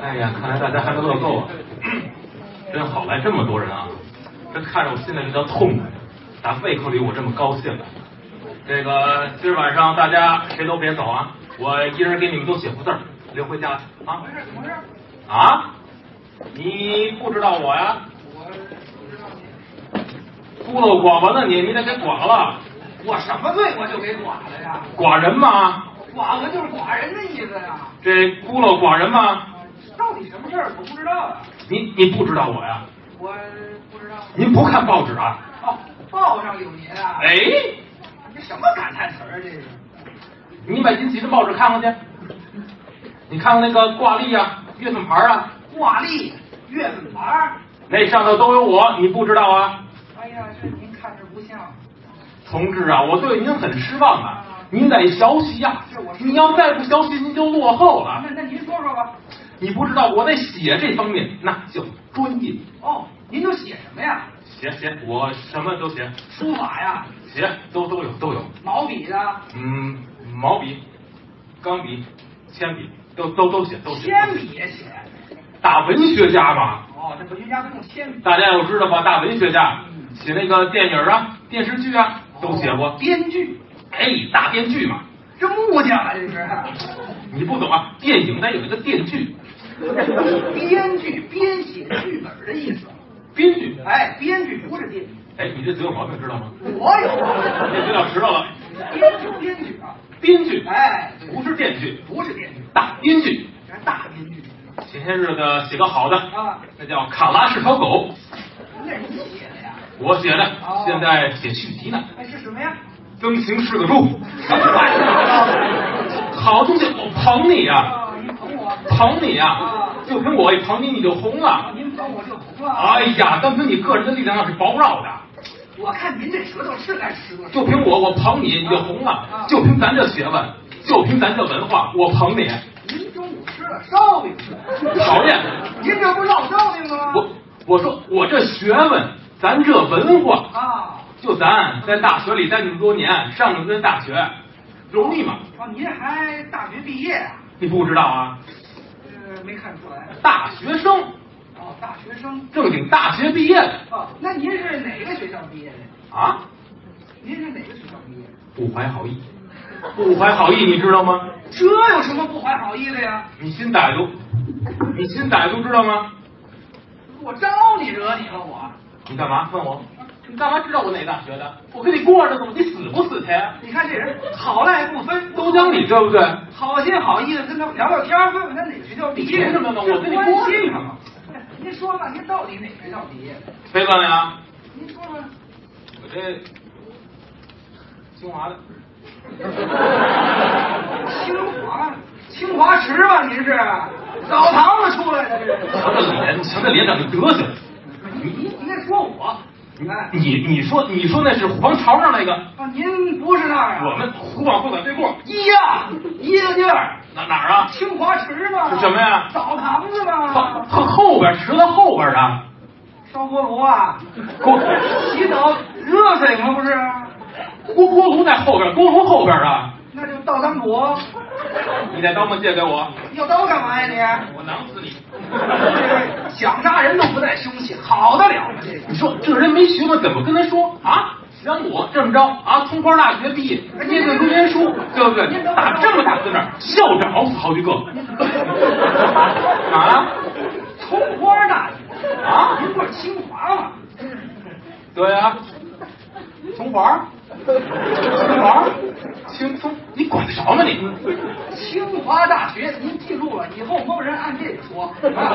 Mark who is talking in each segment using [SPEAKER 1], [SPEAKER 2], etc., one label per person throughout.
[SPEAKER 1] 才大家还没乐够啊！真好，来这么多人啊！这看着我心里就叫痛快，打胃口里我这么高兴啊！这个今儿晚上大家谁都别走啊！我一人给你们都写幅字儿，留回家去啊！
[SPEAKER 2] 没事，怎么回事？
[SPEAKER 1] 啊？你不知道我呀？
[SPEAKER 2] 我不知道你，
[SPEAKER 1] 孤陋寡闻了你，你得给剐了，
[SPEAKER 2] 我什么罪我就给剐了呀？
[SPEAKER 1] 剐人嘛，
[SPEAKER 2] 剐了就是剐人的意思呀。
[SPEAKER 1] 这孤陋寡人嘛，
[SPEAKER 2] 到底什么事儿我不知道啊，
[SPEAKER 1] 你你不知道我呀？
[SPEAKER 2] 我不知道。
[SPEAKER 1] 您不看报纸啊？
[SPEAKER 2] 哦，报上有您啊！，
[SPEAKER 1] 哎，
[SPEAKER 2] 这什么感叹词儿啊？这是？
[SPEAKER 1] 你买金奇的报纸看看去，你看看那个挂历啊、月份牌啊，
[SPEAKER 2] 挂历、月份牌儿。
[SPEAKER 1] 那上头都有我，你不知道啊？
[SPEAKER 2] 哎呀，这您看着不像。
[SPEAKER 1] 同志啊，我对您很失望啊，您得学习呀、
[SPEAKER 2] 是我是
[SPEAKER 1] 你要再不学习，您就落后了
[SPEAKER 2] 啊那。那您说说吧。
[SPEAKER 1] 你不知道我在写这方面那叫专业，
[SPEAKER 2] 哦，您都写什么呀？
[SPEAKER 1] 写写我什么都写，
[SPEAKER 2] 书法呀，
[SPEAKER 1] 写都都有都有。
[SPEAKER 2] 毛笔啊的，
[SPEAKER 1] 嗯，毛笔、钢笔、铅笔都都都写，都写。
[SPEAKER 2] 铅笔也写。
[SPEAKER 1] 大文学家嘛，
[SPEAKER 2] 哦，这文学家都用铅笔。
[SPEAKER 1] 大家要知道吧，大文学家写那个电影啊、电视剧啊都写
[SPEAKER 2] 哦
[SPEAKER 1] 过。
[SPEAKER 2] 编剧，
[SPEAKER 1] 哎，大编剧嘛，
[SPEAKER 2] 这木匠啊，这是。
[SPEAKER 1] 你不懂啊，电影它有那个电锯，
[SPEAKER 2] 编剧编写剧本的意思。
[SPEAKER 1] 编剧。
[SPEAKER 2] 哎，编剧不是编，
[SPEAKER 1] 哎，你这嘴有毛病知道吗？
[SPEAKER 2] 我有
[SPEAKER 1] 这
[SPEAKER 2] 毛
[SPEAKER 1] 嘴角迟到了，
[SPEAKER 2] 病。编剧编剧啊，
[SPEAKER 1] 编剧
[SPEAKER 2] 哎，对
[SPEAKER 1] 不是电锯，
[SPEAKER 2] 不是编剧，
[SPEAKER 1] 大编剧。
[SPEAKER 2] 这是大编剧
[SPEAKER 1] 前些日子写个好的，
[SPEAKER 2] 啊，
[SPEAKER 1] 那叫《卡拉是条狗》，
[SPEAKER 2] 那是你写的呀？
[SPEAKER 1] 我写的
[SPEAKER 2] 哦，
[SPEAKER 1] 现在写续集呢。
[SPEAKER 2] 哎，是什么呀？
[SPEAKER 1] 曾行是个猪，什么玩意儿？ 好东西我捧你啊，
[SPEAKER 2] 啊，您捧我，
[SPEAKER 1] 捧你
[SPEAKER 2] 哦
[SPEAKER 1] 啊！就凭我一捧你，你就红了。
[SPEAKER 2] 您捧我就红了。
[SPEAKER 1] 哎，呀，单凭你个人的力量那是薄弱的，
[SPEAKER 2] 我看您这舌头是该吃多少。
[SPEAKER 1] 就凭我我捧你你就红了，就凭咱这学问，就凭咱这文化，我捧你。
[SPEAKER 2] 您中午吃了烧饼，
[SPEAKER 1] 讨厌，
[SPEAKER 2] 您这不烙烧饼吗？
[SPEAKER 1] 我我说我这学问，咱这文化，
[SPEAKER 2] 啊，
[SPEAKER 1] 就咱在大学里待那么多年，上了这大学，容易吗？
[SPEAKER 2] 哦，您还大学毕业啊？
[SPEAKER 1] 你不知道啊，
[SPEAKER 2] 呃，没看出来。
[SPEAKER 1] 大学生
[SPEAKER 2] 哦，大学生。
[SPEAKER 1] 正经大学毕业的
[SPEAKER 2] 哦，那您是哪个学校毕业的？
[SPEAKER 1] 啊。
[SPEAKER 2] 您是哪个学校毕业的？
[SPEAKER 1] 不怀好意，不怀好意，你知道吗？
[SPEAKER 2] 这有什么不怀好意的呀？
[SPEAKER 1] 你新歹毒，你新歹毒，知道吗？
[SPEAKER 2] 我招你惹你了我？
[SPEAKER 1] 你干嘛？问我？你干嘛知道我哪大学的？我跟你过着呢，我你死不死去？
[SPEAKER 2] 你看这人好赖不分，
[SPEAKER 1] 都讲理，对不对？
[SPEAKER 2] 好心好意的跟他们聊聊天儿，问问他哪个学校毕业的。
[SPEAKER 1] 凭什么呢我跟你
[SPEAKER 2] 关
[SPEAKER 1] 过
[SPEAKER 2] 心
[SPEAKER 1] 着
[SPEAKER 2] 什
[SPEAKER 1] 呢
[SPEAKER 2] 么？您说吧，您到底哪个学校毕业的？
[SPEAKER 1] 谁问呀？
[SPEAKER 2] 您说吧。
[SPEAKER 1] 我这清华的，
[SPEAKER 2] 清华，清华池吧，您是澡堂子出来的，这是。
[SPEAKER 1] 瞧这 脸，瞧这脸长得德行。
[SPEAKER 2] 您您得说我，哎你看
[SPEAKER 1] 你你说你说那是皇朝上那个，
[SPEAKER 2] 啊，您不是那儿啊？
[SPEAKER 1] 我们湖广后海对过，
[SPEAKER 2] 一呀，一个劲儿。
[SPEAKER 1] 哪哪儿啊？
[SPEAKER 2] 清华池吧？
[SPEAKER 1] 是什么呀
[SPEAKER 2] 澡堂子
[SPEAKER 1] 后
[SPEAKER 2] 吧？
[SPEAKER 1] 后后边池子后边啊，
[SPEAKER 2] 烧锅炉啊？
[SPEAKER 1] 锅
[SPEAKER 2] 洗澡热水吗？不是？啊
[SPEAKER 1] 锅锅炉在后边，锅炉后边啊。
[SPEAKER 2] 那就倒三国，
[SPEAKER 1] 你把刀子借给我，
[SPEAKER 2] 要刀干嘛呀你？
[SPEAKER 1] 我囊死 你！
[SPEAKER 2] 这是想杀人都不带凶器，好得了吗？这个，
[SPEAKER 1] 你说这人没学过，怎么跟他说啊？让我这么着啊，从花大学毕业，念念公研书，对不对？打这么大字儿，校长好几个啊！
[SPEAKER 2] 葱花大爷
[SPEAKER 1] 啊
[SPEAKER 2] 您不是清华吗？
[SPEAKER 1] 对啊，从华，从华，青葱，你管得着吗你？
[SPEAKER 2] 清华大学，您记住了，以后没有人按这个说。啊，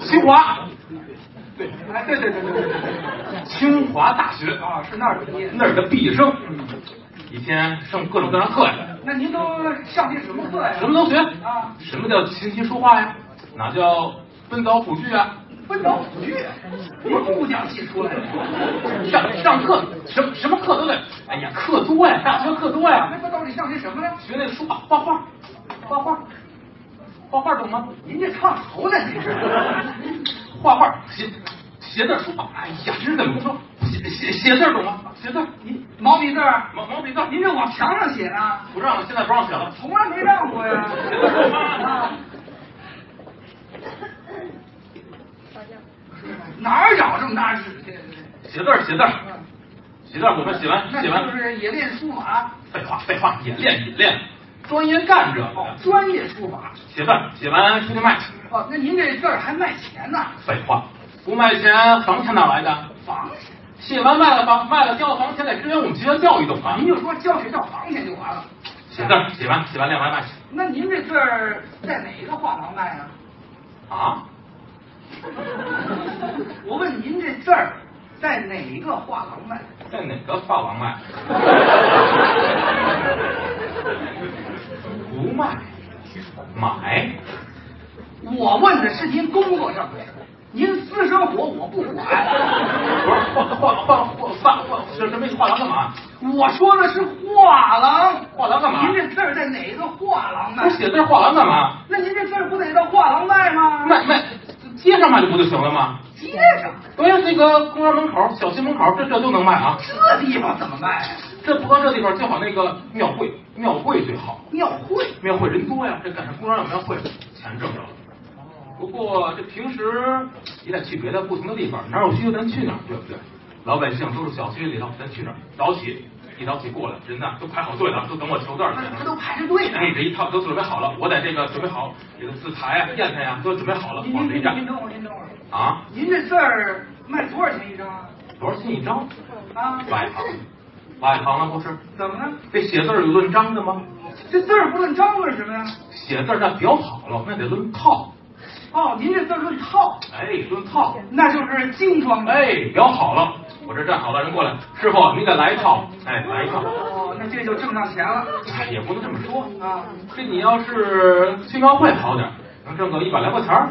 [SPEAKER 1] 清华，
[SPEAKER 2] 对，哎，对对对对对对，
[SPEAKER 1] 清华大学
[SPEAKER 2] 啊，是那儿毕业的。
[SPEAKER 1] 那儿的毕业生，一天上各种各样的课呀。
[SPEAKER 2] 那您都上的什么课呀？
[SPEAKER 1] 什么都学
[SPEAKER 2] 啊
[SPEAKER 1] 什么叫琴棋书画呀？哪叫奔走谱句啊？
[SPEAKER 2] 分导虎穴，不是木匠戏出来的。
[SPEAKER 1] 上上课什么什么课都得，哎呀，课多呀，大学课多
[SPEAKER 2] 那
[SPEAKER 1] 呀。
[SPEAKER 2] 他到底上些什么呢？
[SPEAKER 1] 学那个书法，画画，画画，画画懂吗？
[SPEAKER 2] 您这唱头呢？您是？
[SPEAKER 1] 画画写写字儿书法，哎呀，这是怎么说？写写写字儿懂吗？写字儿
[SPEAKER 2] 您毛笔字儿，
[SPEAKER 1] 毛毛笔字儿，
[SPEAKER 2] 您这往墙上写啊呢？
[SPEAKER 1] 不让了，现在不让写了。
[SPEAKER 2] 从来没让过呀。啊这么大纸去？
[SPEAKER 1] 写字儿写字儿
[SPEAKER 2] 嗯
[SPEAKER 1] 写字儿，我说写完
[SPEAKER 2] 那
[SPEAKER 1] 写完
[SPEAKER 2] 就，是也练书法，
[SPEAKER 1] 废话废话，演练演练，专业干这个
[SPEAKER 2] 哦
[SPEAKER 1] 的，，
[SPEAKER 2] 专业书法。
[SPEAKER 1] 写字儿写完出去卖，
[SPEAKER 2] 哦，那您这字儿还卖钱呢？
[SPEAKER 1] 废话，不卖钱房钱哪来的？
[SPEAKER 2] 房钱，
[SPEAKER 1] 写完卖了房，卖了交房钱得支援我们学校教育的房
[SPEAKER 2] 您。就说教学叫房钱就完了。
[SPEAKER 1] 啊写字儿写完写完练完卖去
[SPEAKER 2] 那您这字儿在哪个画廊卖 啊？
[SPEAKER 1] 啊？
[SPEAKER 2] 我问您这字儿在哪个画廊卖？
[SPEAKER 1] 在哪个发廊 卖？不卖，买。
[SPEAKER 2] 我问的是您工作上的事，您私生活我不
[SPEAKER 1] 不
[SPEAKER 2] 管。
[SPEAKER 1] 是换换换换发换是什么意思？画廊干嘛？
[SPEAKER 2] 我说的是画廊，
[SPEAKER 1] 画廊干嘛
[SPEAKER 2] 您这字儿在哪个画廊卖
[SPEAKER 1] 不？写字儿画廊干嘛？
[SPEAKER 2] 那您这字儿不得到画廊卖吗？
[SPEAKER 1] 卖卖街上卖就不就行了吗？
[SPEAKER 2] 街上，
[SPEAKER 1] 对呀，这个公园门口、小区门口，这这都能卖啊。
[SPEAKER 2] 这地方怎么卖啊？
[SPEAKER 1] 这不光这地方，最好那个庙会，庙会最好。
[SPEAKER 2] 庙会。
[SPEAKER 1] 庙会人多呀，这赶上公园有庙会，钱挣着了。不过这平时也得去别的不同的地方，哪儿有需求咱去哪儿，对不对？老百姓都是小区里头，咱去哪儿？早起一早起过来，人呐都排好队了，都等我求字儿去
[SPEAKER 2] 那他都
[SPEAKER 1] 了。
[SPEAKER 2] 排着队呢。
[SPEAKER 1] 哎，这一套都准备好了，我得这个准备好，这个字台啊、砚台啊都准备好了，
[SPEAKER 2] 您
[SPEAKER 1] 往这一
[SPEAKER 2] 您
[SPEAKER 1] 站
[SPEAKER 2] 您等会儿，您等会儿，
[SPEAKER 1] 啊，
[SPEAKER 2] 您这字儿卖多少钱一张啊？
[SPEAKER 1] 多少钱一张？
[SPEAKER 2] 啊？
[SPEAKER 1] 外行，外行了不是？
[SPEAKER 2] 怎么了？
[SPEAKER 1] 这写字儿有论章的吗？
[SPEAKER 2] 这字儿不论张论什么呀？
[SPEAKER 1] 写字儿那裱好了，那得论套。
[SPEAKER 2] 哦，您这字儿论套，
[SPEAKER 1] 哎，论套。
[SPEAKER 2] 那就是精装的。
[SPEAKER 1] 哎，裱好了，我这站好了，人过来，师傅你给来一套，哎，来一套。
[SPEAKER 2] 哦，那这就挣上钱了
[SPEAKER 1] 哎，也不能这么说，
[SPEAKER 2] 啊！
[SPEAKER 1] 这你要是去庙会好点儿，能挣个一百来块钱儿，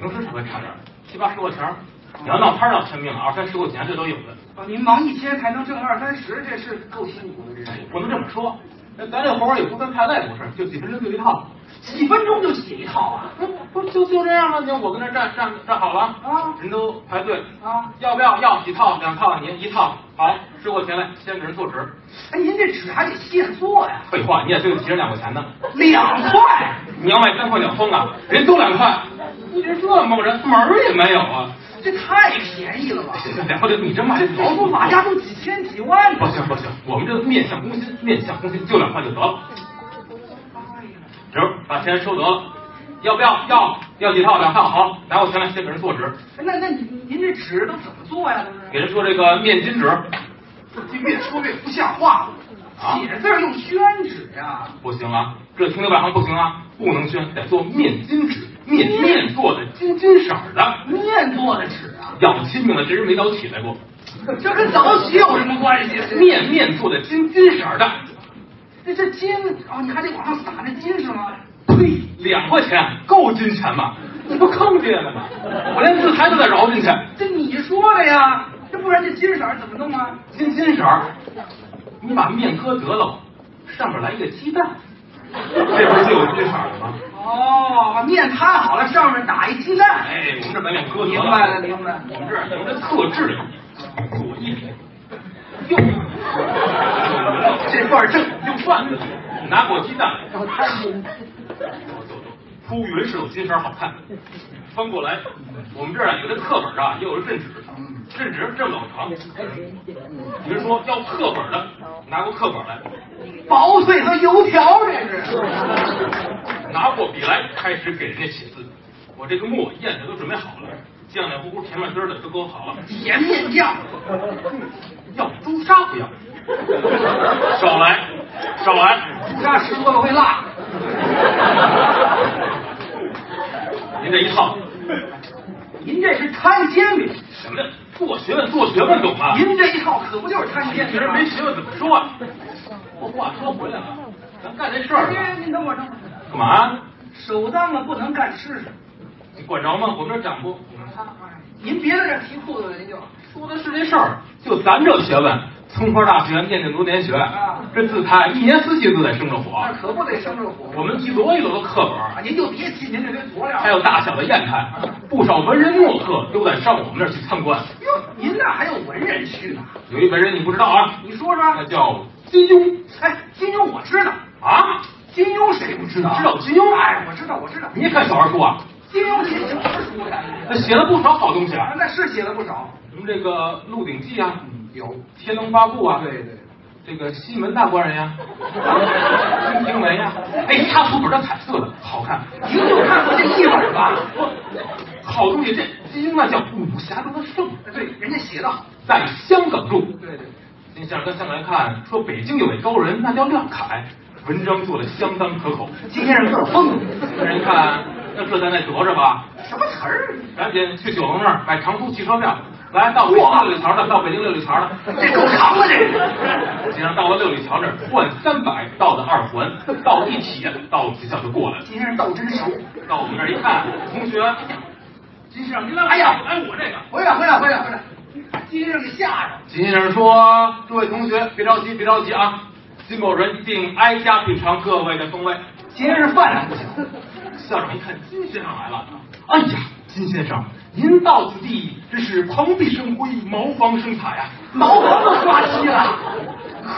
[SPEAKER 1] 能吃稍微差点儿，七八十块钱儿。你要闹摊儿要拼命了，二三十块钱这都有的。
[SPEAKER 2] 哦，您忙一天才能挣二三十，这是够辛苦的，这
[SPEAKER 1] 哎
[SPEAKER 2] 是。，
[SPEAKER 1] 不能这么说，那咱这活儿也不算太累，不是？就几分钟就一套，
[SPEAKER 2] 几分钟就写一套啊？
[SPEAKER 1] 不不就就这样吗？你看我跟那儿站站站好了，
[SPEAKER 2] 啊
[SPEAKER 1] 人都排队，
[SPEAKER 2] 啊！
[SPEAKER 1] 要不要？要几套？两套？您一套，好，十块钱来，先给人做纸。
[SPEAKER 2] 哎，您这纸还得现做呀，
[SPEAKER 1] 废话，你也对得起人两块钱呢。
[SPEAKER 2] 两块。
[SPEAKER 1] 你要卖三块两封啊，人都两块，你这这么个人门儿也没有啊！哎
[SPEAKER 2] 这太便宜了吧？
[SPEAKER 1] 然后就你 这卖
[SPEAKER 2] 这
[SPEAKER 1] 老
[SPEAKER 2] 头
[SPEAKER 1] 鼠
[SPEAKER 2] 部法家都几千几万
[SPEAKER 1] 不
[SPEAKER 2] 呢。
[SPEAKER 1] 行不行，我们这个面向公心，面向公心就两块就得了。
[SPEAKER 2] 哎呀，
[SPEAKER 1] 侄儿把钱收得了，要不要？要要几套？两套好，拿过钱来，先给人做纸，
[SPEAKER 2] 那那您您这纸都怎么做呀？都
[SPEAKER 1] 给
[SPEAKER 2] 是
[SPEAKER 1] 人说这个面巾纸，
[SPEAKER 2] 这越说越不像话了。
[SPEAKER 1] 啊
[SPEAKER 2] 写字儿用宣纸呀、
[SPEAKER 1] 不行啊，这听着外行不行啊，不能宣，得做面巾纸，面面做的金金色儿的，
[SPEAKER 2] 面做的纸啊，
[SPEAKER 1] 要亲命的，这人没早起来过，
[SPEAKER 2] 这跟早起有什么关系？
[SPEAKER 1] 面面做的金金色儿的，
[SPEAKER 2] 这这金哦，你还得往上撒那金是吗？
[SPEAKER 1] 呸，两块钱够金钱吗？你不坑爹了吗？我连自裁都得饶进去，
[SPEAKER 2] 这你说的呀，这不然这金色儿怎么弄啊？
[SPEAKER 1] 金金色儿，你把面搁得了，上面来一个鸡蛋，这不是就有金色儿了吗？
[SPEAKER 2] 哦，面摊好了，上面打一鸡 蛋。
[SPEAKER 1] 哎，我们这把面搁得
[SPEAKER 2] 明白了，明白了。
[SPEAKER 1] 我们这我们这特制，左一撇，右，这段正右转，拿过鸡蛋，走走走，铺匀是有金色儿好看，翻过来，我们这儿啊有这课本啊，也有这镇纸，镇纸这么老长，你是说要课本的，拿过课本来，
[SPEAKER 2] 薄脆和油条这是。
[SPEAKER 1] 拿过笔来，开始给人家写字。我这个墨砚台都准备好了，酱酱乎乎、甜面滋儿的都给我好了。
[SPEAKER 2] 甜面酱，
[SPEAKER 1] 要朱砂不要？少来，少来！
[SPEAKER 2] 那师傅会辣。
[SPEAKER 1] 您这一套
[SPEAKER 2] 您这是摊煎饼，
[SPEAKER 1] 什么做学问，做学问懂吗？
[SPEAKER 2] 您这一套可不就是摊
[SPEAKER 1] 这
[SPEAKER 2] 煎饼
[SPEAKER 1] 人
[SPEAKER 2] 吗？
[SPEAKER 1] 没学问怎么说啊？我话说回来了，咱干这事儿了
[SPEAKER 2] 您您等会儿，等会儿，
[SPEAKER 1] 干嘛？
[SPEAKER 2] 手脏了不能干试试。
[SPEAKER 1] 你管着吗？我们这讲不？
[SPEAKER 2] 嗯您别在这提裤子了，您就啊
[SPEAKER 1] 说的是这事儿，就咱这学问，清华大学念这么多年学，这字态一年四季都得生着火
[SPEAKER 2] 啊那。可不得生着火
[SPEAKER 1] 我们一摞一摞的课
[SPEAKER 2] 啊！
[SPEAKER 1] 本，
[SPEAKER 2] 您就别提您这堆佐料
[SPEAKER 1] 还
[SPEAKER 2] 了。
[SPEAKER 1] 有大小的砚台，不少文人墨客都得上我们那儿去参观。
[SPEAKER 2] 哟，您那还有文人区呢？
[SPEAKER 1] 有一文人你不知道啊，
[SPEAKER 2] 你说
[SPEAKER 1] 那
[SPEAKER 2] 说。
[SPEAKER 1] 叫金庸
[SPEAKER 2] 哎，金庸我知道，
[SPEAKER 1] 啊，
[SPEAKER 2] 金庸谁不知道？
[SPEAKER 1] 知道金庸
[SPEAKER 2] 哎，我知道，我知道，
[SPEAKER 1] 你也看小人书啊？
[SPEAKER 2] 金庸写小说书的。
[SPEAKER 1] 那写了不少好东西啊，
[SPEAKER 2] 那是写了不少，
[SPEAKER 1] 什么这个《鹿鼎记》啊，
[SPEAKER 2] 有，
[SPEAKER 1] 《天龙八部》啊，
[SPEAKER 2] 对对，
[SPEAKER 1] 这个西门大官人呀，金瓶梅呀，哎，他书本的彩色的好看，
[SPEAKER 2] 一共就看过这一本吧？
[SPEAKER 1] 好东西这金啊那叫武侠中的圣，
[SPEAKER 2] 对，人家写的好，
[SPEAKER 1] 在香港住。
[SPEAKER 2] 对对，
[SPEAKER 1] 您像跟香港来看，说北京有位高人，那叫廖凯，文章做的相当可口。
[SPEAKER 2] 今天是有点疯，
[SPEAKER 1] 人一看，那这咱得得着吧，
[SPEAKER 2] 什么词儿？
[SPEAKER 1] 赶紧去九龙那儿买长途汽车票，来到北京
[SPEAKER 2] 哇
[SPEAKER 1] 六里桥的，到北京六里桥的，
[SPEAKER 2] 这够长的这个。
[SPEAKER 1] 实际上到了六里桥这儿换三百，到的二环，到地铁，到学校就过来了。
[SPEAKER 2] 今天是倒真熟，
[SPEAKER 1] 到我们这儿一看，同学，金先生，您来，
[SPEAKER 2] 哎呀
[SPEAKER 1] 哎，我这个。
[SPEAKER 2] 回来回来回来回来，今天给吓着，
[SPEAKER 1] 金先生说：“诸位同学，别着急，别着急啊，金某人定挨家品尝各位的风味。”
[SPEAKER 2] 今天是饭量不小，
[SPEAKER 1] 校长一看金先生来了，哎呀，金先生，您到此地真是蓬荜生辉，茅房生财啊！
[SPEAKER 2] 茅房都刷漆了，
[SPEAKER 1] 哎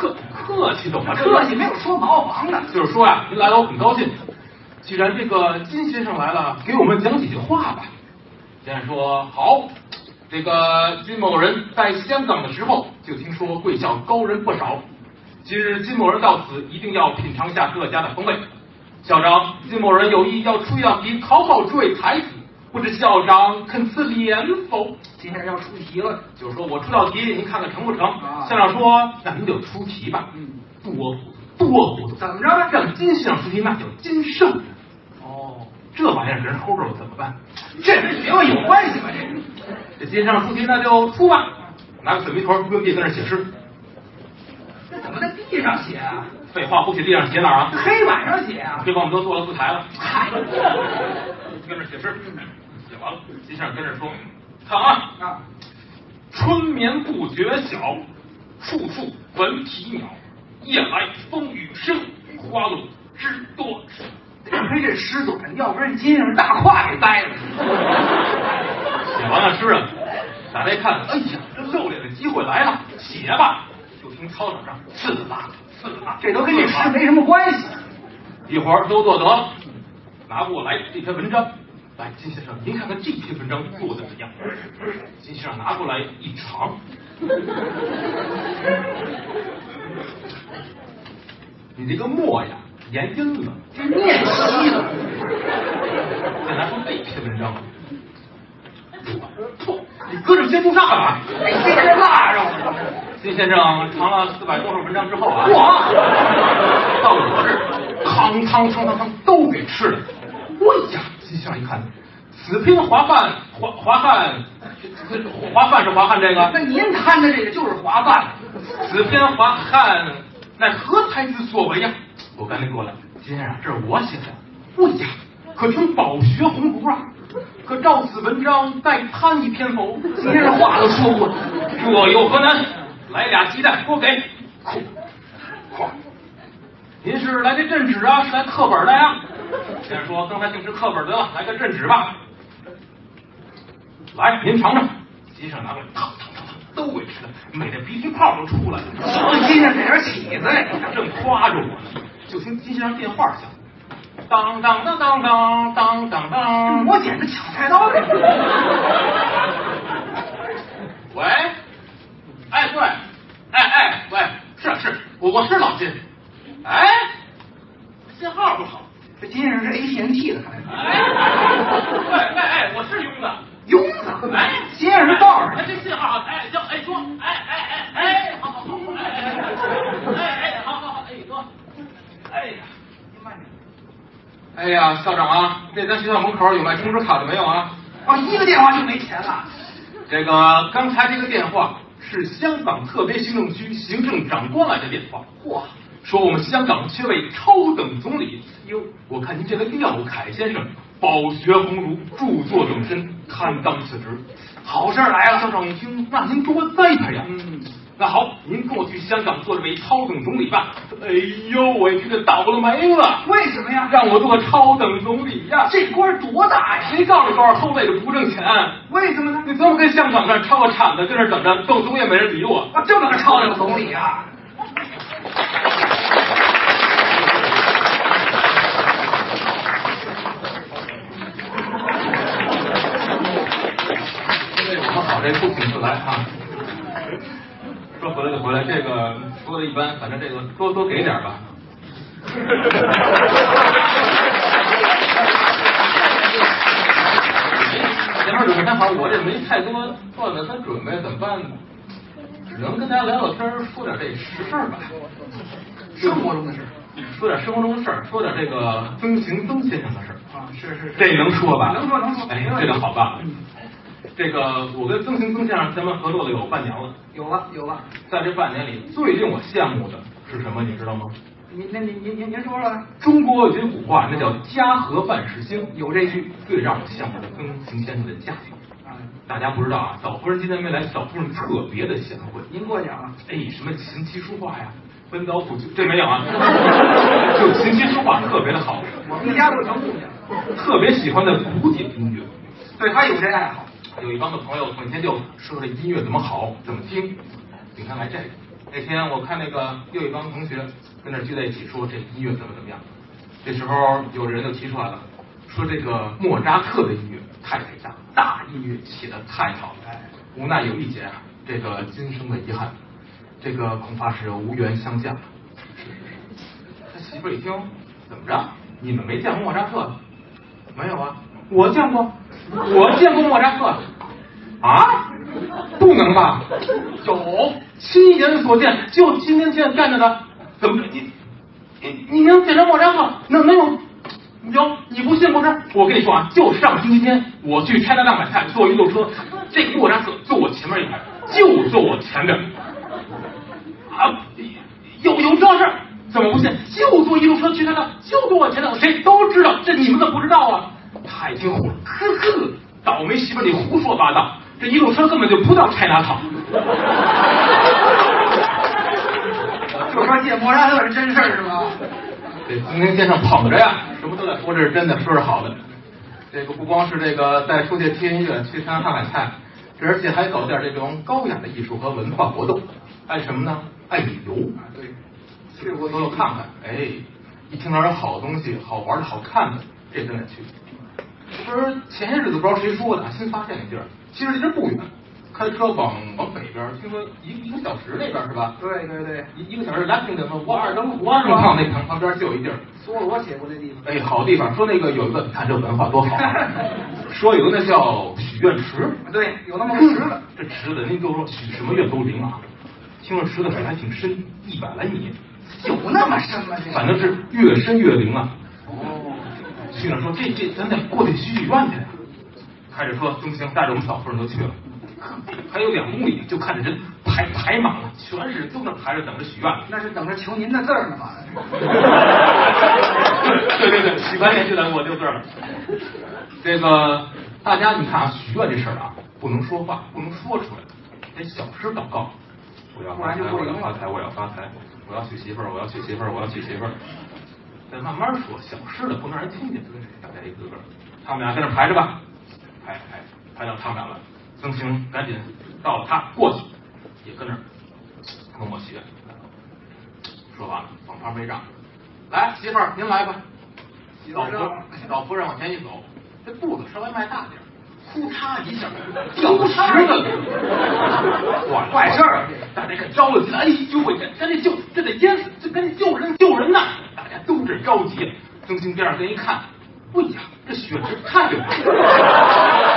[SPEAKER 1] 客客气懂吗？
[SPEAKER 2] 客气没有说茅房的，
[SPEAKER 1] 就是说呀、您来了我很高兴。既然这个金先生来了，给我们讲几句话吧。先生说好，这个金某人在香港的时候就听说贵校高人不少，今日金某人到此一定要品尝下各家的风味。校长，金某人有意要出一道题考考诸位才子，不知校长肯赐怜否？
[SPEAKER 2] 今天要出题了，
[SPEAKER 1] 就是说我出道题，您看看成不成？
[SPEAKER 2] 啊
[SPEAKER 1] 校长说，那您就出题吧。
[SPEAKER 2] 嗯，
[SPEAKER 1] 多多糊涂，
[SPEAKER 2] 怎么着呢？
[SPEAKER 1] 让金先生出题，那叫金圣。
[SPEAKER 2] 哦，
[SPEAKER 1] 这玩意儿给人齁着了怎么办？
[SPEAKER 2] 这跟学问有关系吗？这
[SPEAKER 1] 这金先生出题，那就出吧。拿个水蜜桃蹲地在那儿写诗，
[SPEAKER 2] 这怎么在地上写啊？
[SPEAKER 1] 废话，不写地上写哪儿啊？
[SPEAKER 2] 黑板上写啊？
[SPEAKER 1] 别管我们都做了副台了，
[SPEAKER 2] 嗨，
[SPEAKER 1] 跟着写诗，写完了，金先生跟着说：“看啊，
[SPEAKER 2] 啊，
[SPEAKER 1] 春眠不觉晓，处处闻啼鸟。夜来风雨声，花落知多少。”
[SPEAKER 2] 亏这诗短，要不然今天大胯给掰了。
[SPEAKER 1] 写完了诗啊，打来看，哎呀，这露脸的机会来了，写吧。就听操场上刺啦刺啦，
[SPEAKER 2] 这都跟这诗
[SPEAKER 1] 刺啦
[SPEAKER 2] 没什么关系。
[SPEAKER 1] 一会儿都做得了，拿过来这篇文章。来，金先生，您看看这篇文章做的怎么样？金先生拿过来一尝，你这个墨呀，研阴了。
[SPEAKER 2] 这念西了，
[SPEAKER 1] 再拿出这篇文章，我操，你搁这接触上干嘛？
[SPEAKER 2] 哎，这是蜡着。
[SPEAKER 1] 金先生尝了四百多首文章之后啊，
[SPEAKER 2] 哇
[SPEAKER 1] 到我这儿，汤汤汤汤汤都给吃了。哎呀，金先生一看，此篇华范华华汉，这这华范是华汉这
[SPEAKER 2] 那
[SPEAKER 1] 个，
[SPEAKER 2] 您摊的这个就是滑板，
[SPEAKER 1] 此篇华汉乃何才之所为呀？我赶紧过来，金先生，这是我写的。哎呀，可听饱学鸿儒啊！可照此文章再摊一篇否？
[SPEAKER 2] 今天这话都说过了。
[SPEAKER 1] 这有何难？来俩鸡蛋，多给。哐哐，您是来这镇纸啊，是来课本的呀？先生说刚才净吃课本得了，来个镇纸吧。来，您尝尝。先生拿过来，烫烫烫烫，都给吃了，美的鼻涕泡都出来了。
[SPEAKER 2] 我今天在这儿起子来着，
[SPEAKER 1] 正夸着我呢，就听金先生电话响，当当当当当当当当。
[SPEAKER 2] 我简直抢菜刀去了。
[SPEAKER 1] 喂，哎对，哎哎喂，是是，我我是老金，哎，信号不好，
[SPEAKER 2] 这今天是 AT&T 的，看来
[SPEAKER 1] 哎，喂哎哎，我是庸子，
[SPEAKER 2] 庸子，
[SPEAKER 1] 哎，
[SPEAKER 2] 今天是道上
[SPEAKER 1] 哎，这信号，哎行，哎说，哎哎哎哎，好好好，哎哎哎哎，好好好，哎说，哎呀。哎呀，校长啊，那咱学校门口有卖充值卡的没有啊？
[SPEAKER 2] 哦，一个电话就没钱了。
[SPEAKER 1] 这个刚才这个电话是香港特别行政区行政长官来的电话，
[SPEAKER 2] 嚯，
[SPEAKER 1] 说我们香港缺位超等总理。
[SPEAKER 2] 哟，
[SPEAKER 1] 我看您这位廖凯先生饱学鸿儒，著作等身，堪当此职。好事儿来了，校长一听，那您给我栽培呀、
[SPEAKER 2] 嗯，
[SPEAKER 1] 那好，您跟我去香港做这位超等总理吧。哎呦喂，这个倒了霉了，
[SPEAKER 2] 为什么呀？啊
[SPEAKER 1] 让我做个超等总理呀、
[SPEAKER 2] 这官儿多大呀？
[SPEAKER 1] 谁告诉你多少后辈的不挣钱？
[SPEAKER 2] 为什么呢？
[SPEAKER 1] 你怎么跟香港这儿抄个铲子，跟这儿等着，斗嘴也没人理我。
[SPEAKER 2] 啊，这么个超量总理啊！
[SPEAKER 1] 这不请自来啊。说回来就回来，这个说的一般，反正这个多多给点吧。前面准备还好，我这没太多段子跟准备，怎么办呢？只能跟大家聊聊天儿，说点这实事儿吧，
[SPEAKER 2] 生活中的事儿
[SPEAKER 1] 说点生活中的事儿，说点这个曾行曾先生的事儿。
[SPEAKER 2] 啊，是是是，
[SPEAKER 1] 这能说吧？
[SPEAKER 2] 能说能说，
[SPEAKER 1] 哎
[SPEAKER 2] 没问，题
[SPEAKER 1] 这个好办了
[SPEAKER 2] 嗯。
[SPEAKER 1] 这个我跟曾行曾先生咱们合作了有半年了，
[SPEAKER 2] 有了有啊了，
[SPEAKER 1] 在这半年里，最令我羡慕的是什么？你知道吗？
[SPEAKER 2] 您那您您您您说说，
[SPEAKER 1] 中国有句古话，那叫“家和万事兴”，
[SPEAKER 2] 有这句
[SPEAKER 1] 最让我羡慕的曾行先生的家庭。
[SPEAKER 2] 啊，
[SPEAKER 1] 大家不知道啊，小夫人今天没来，小夫人特别的贤惠。
[SPEAKER 2] 您过啊奖了，
[SPEAKER 1] 哎，什么琴棋书画呀，温刀斧这没有啊， 就琴棋书画特别的好，
[SPEAKER 2] 我们家就是成姑娘，
[SPEAKER 1] 特别喜欢的古典音乐。
[SPEAKER 2] 对她有这爱好，
[SPEAKER 1] 有一帮的朋友每天就说这音乐怎么好，怎么听。你看来这个，那天我看那个又一帮同学跟那儿聚在一起说这音乐怎么怎么样。这时候有人就提出来了，说这个莫扎特的音乐太伟大，大音乐写的太好了。无奈有一节啊，这个今生的遗憾，这个恐怕是无缘相见了。他媳妇儿一听，怎么着？你们没见过莫扎特？没有啊，我见过，我见过莫扎特。啊？不能吧？有，亲眼所见，就今天现在站着的，怎么你你你能见着莫扎特？能能有？有？你不信不是？我跟你说啊，就上星期天我去拆大大买菜，坐一路车，这个莫扎特坐我前面一排，就坐我前边。啊，有有这事儿？怎么不信？就坐一路车去看看，就坐我前头，谁都知道，这你们怎么不知道啊？他已经火了，呵呵，倒霉媳妇儿你胡说八道，这一路车根本就不到拆拿厂。
[SPEAKER 2] 就说这莫扎特是真事儿是吧？
[SPEAKER 1] 这曾经先生捧着呀，什么都在说这是真的，说是好的。这个不光是这个带出去听音乐、去山上买菜，这而且还搞点这种高雅的艺术和文化活动，爱什么呢？爱旅游。
[SPEAKER 2] 啊，对，
[SPEAKER 1] 去过都有看看，哎，一听哪有好东西、好玩的、好看的，这真得去。其实前些日子不知道谁说的，新发现一地儿，其实离这不远，开车往往北边，听说一个一个小时那边是吧？
[SPEAKER 2] 对对对，
[SPEAKER 1] 一一个小时来听什么？我二灯湖啊，我靠，那旁旁边就有一地儿，
[SPEAKER 2] 说了我写过这地方，
[SPEAKER 1] 哎，好地方。说那个有一个，你看这文化多好 啊，说有一个那叫许愿池，
[SPEAKER 2] 对，有那么个池子，
[SPEAKER 1] 这池子人家都说许什么愿都灵啊，听说池子水还挺深，一百来米，
[SPEAKER 2] 有那么深吗？这
[SPEAKER 1] 反正是越深越灵啊。
[SPEAKER 2] 哦，
[SPEAKER 1] 去了说这这咱得过去许许愿去呀。啊开着车东行带着我们小夫人都去了，还有两公里就看着人排排满了，全是都那排着等着许愿。
[SPEAKER 2] 那是等着求您的字儿呢吧？那是
[SPEAKER 1] 对对对，许完愿就来我就这儿了。这个大家你看啊，许愿这事儿啊，不能说话，不能说出来，得小声祷告。我要发财，我要发财，我要发财，我要娶媳妇儿，我要娶媳妇儿，我要娶媳妇儿。得慢慢说，小声的，不能让人听见。大家一个个，他们俩在那排着吧，排排排到他们俩了。曾行赶紧到了他过去，也跟那儿跟我许愿。说完了，往旁边一让，来媳妇儿您来吧。老婆老婆让往前一走，这步子稍微迈大点儿，呼嚓一下掉池子里，坏
[SPEAKER 2] 坏事儿
[SPEAKER 1] 大家可着了急了，哎呦喂，这赶紧救，这得淹死，这赶紧救人救人呐！大家都这着急。曾兴边上跟一看，哎呀，这血池太有了。